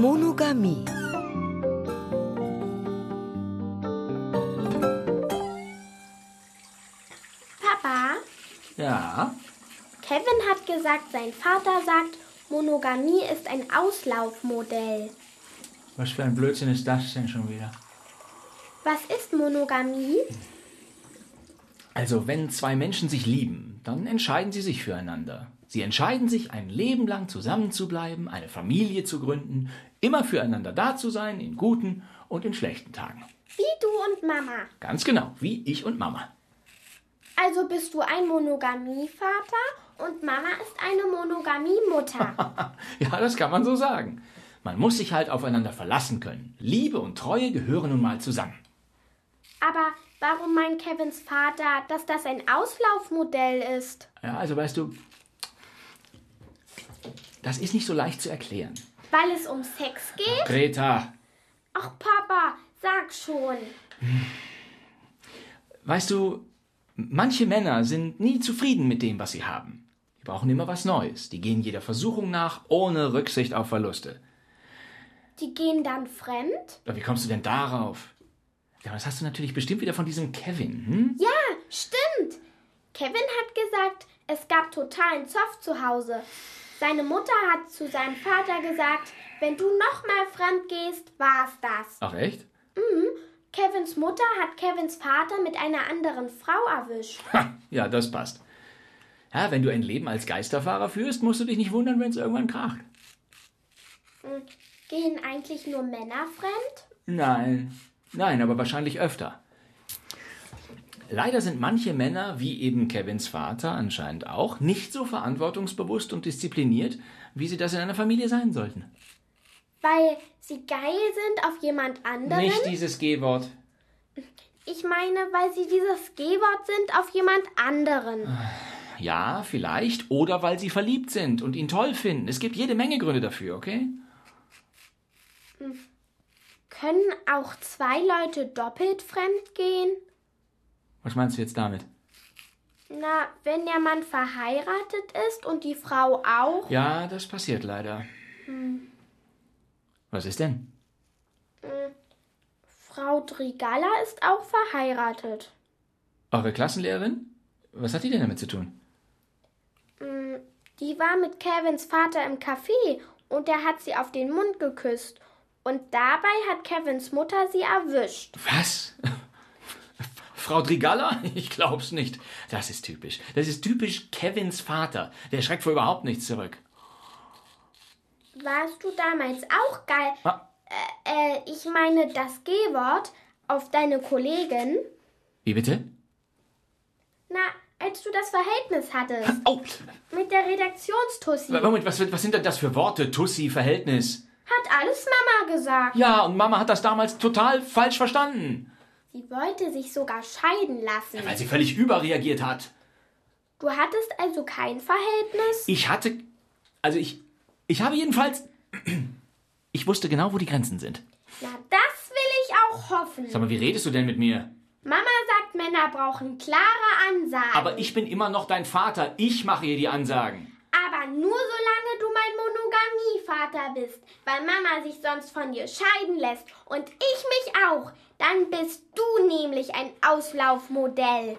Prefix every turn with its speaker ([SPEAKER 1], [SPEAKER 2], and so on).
[SPEAKER 1] Monogamie.
[SPEAKER 2] Papa,
[SPEAKER 3] Ja,
[SPEAKER 2] Kevin hat gesagt, sein Vater sagt, Monogamie ist ein Auslaufmodell.
[SPEAKER 3] was für ein Blödsinn ist das denn schon wieder?
[SPEAKER 2] Was ist Monogamie?
[SPEAKER 3] Also, wenn zwei Menschen sich lieben, dann entscheiden sie sich füreinander. Sie entscheiden sich, ein Leben lang zusammen zu bleiben, eine Familie zu gründen, immer füreinander da zu sein, in guten und in schlechten Tagen.
[SPEAKER 2] Wie du und Mama.
[SPEAKER 3] Ganz genau, wie ich und Mama.
[SPEAKER 2] Also bist du ein Monogamievater und Mama ist eine Monogamiemutter.
[SPEAKER 3] Ja, das kann man so sagen. Man muss sich halt aufeinander verlassen können. Liebe und Treue gehören nun mal zusammen.
[SPEAKER 2] Aber warum meint Kevins Vater, dass das ein Auslaufmodell ist?
[SPEAKER 3] Ja, also weißt du, das ist nicht so leicht zu erklären.
[SPEAKER 2] Weil es um Sex geht?
[SPEAKER 3] Greta,
[SPEAKER 2] Ach Papa, sag schon.
[SPEAKER 3] weißt du, manche Männer sind nie zufrieden mit dem, was sie haben. Die brauchen immer was Neues. Die gehen jeder Versuchung nach, ohne Rücksicht auf Verluste.
[SPEAKER 2] Die gehen dann fremd?
[SPEAKER 3] Aber wie kommst du denn darauf? Ja, das hast du natürlich bestimmt wieder von diesem Kevin, hm?
[SPEAKER 2] Ja, stimmt. Kevin hat gesagt, es gab totalen Zoff zu Hause. Seine Mutter hat zu seinem Vater gesagt, wenn du nochmal fremd gehst, war's das.
[SPEAKER 3] Ach echt?
[SPEAKER 2] Kevins Mutter hat Kevins Vater mit einer anderen Frau erwischt.
[SPEAKER 3] Ha, ja, das passt. Ja, wenn du ein Leben als Geisterfahrer führst, musst du dich nicht wundern, wenn es irgendwann kracht.
[SPEAKER 2] Hm, Gehen eigentlich nur Männer fremd?
[SPEAKER 3] Nein, nein, aber wahrscheinlich öfter. Leider sind manche Männer, wie eben Kevins Vater anscheinend auch, nicht so verantwortungsbewusst und diszipliniert, wie sie das in einer Familie sein sollten.
[SPEAKER 2] Weil sie geil sind auf jemand anderen?
[SPEAKER 3] Nicht dieses G-Wort.
[SPEAKER 2] Ich meine, weil sie dieses G-Wort sind auf jemand anderen.
[SPEAKER 3] Ja, vielleicht. Oder weil sie verliebt sind und ihn toll finden. Es gibt jede Menge Gründe dafür, okay?
[SPEAKER 2] Können auch zwei Leute doppelt fremd gehen?
[SPEAKER 3] Was meinst du jetzt damit?
[SPEAKER 2] Na, wenn der Mann verheiratet ist und die Frau auch,
[SPEAKER 3] Ja, das passiert leider. Was ist denn?
[SPEAKER 2] Frau Drigalla ist auch verheiratet.
[SPEAKER 3] Eure Klassenlehrerin? Was hat die denn damit zu tun?
[SPEAKER 2] Die war mit Kevins Vater im Café und er hat sie auf den Mund geküsst. Und dabei hat Kevins Mutter sie erwischt.
[SPEAKER 3] Was? Frau Drigalla? Ich glaub's nicht. Das ist typisch. Das ist typisch Kevins Vater. Der schreckt vor überhaupt nichts zurück.
[SPEAKER 2] Warst du damals auch geil?
[SPEAKER 3] Ah,
[SPEAKER 2] Äh, ich meine das G-Wort auf deine Kollegin.
[SPEAKER 3] wie bitte?
[SPEAKER 2] Na, als du das Verhältnis hattest
[SPEAKER 3] Oh!
[SPEAKER 2] mit der Redaktionstussi, hat
[SPEAKER 3] Moment, was, was sind denn das für Worte? Tussi, Verhältnis.
[SPEAKER 2] alles Mama gesagt.
[SPEAKER 3] Ja, und Mama hat das damals total falsch verstanden.
[SPEAKER 2] Sie wollte sich sogar scheiden lassen.
[SPEAKER 3] Weil sie völlig überreagiert hat.
[SPEAKER 2] Du hattest also kein Verhältnis?
[SPEAKER 3] Ich hatte. Also ich. Ich habe jedenfalls. Ich wusste genau, wo die Grenzen sind.
[SPEAKER 2] Na, das will ich auch hoffen.
[SPEAKER 3] Sag mal, wie redest du denn mit mir?
[SPEAKER 2] Mama sagt, Männer brauchen klare Ansagen.
[SPEAKER 3] Aber ich bin immer noch dein Vater. Ich mache hier die Ansagen.
[SPEAKER 2] Aber nur solange du mein Monogamievater bist, weil Mama sich sonst von dir scheiden lässt und ich mich auch, dann bist du nämlich ein Auslaufmodell.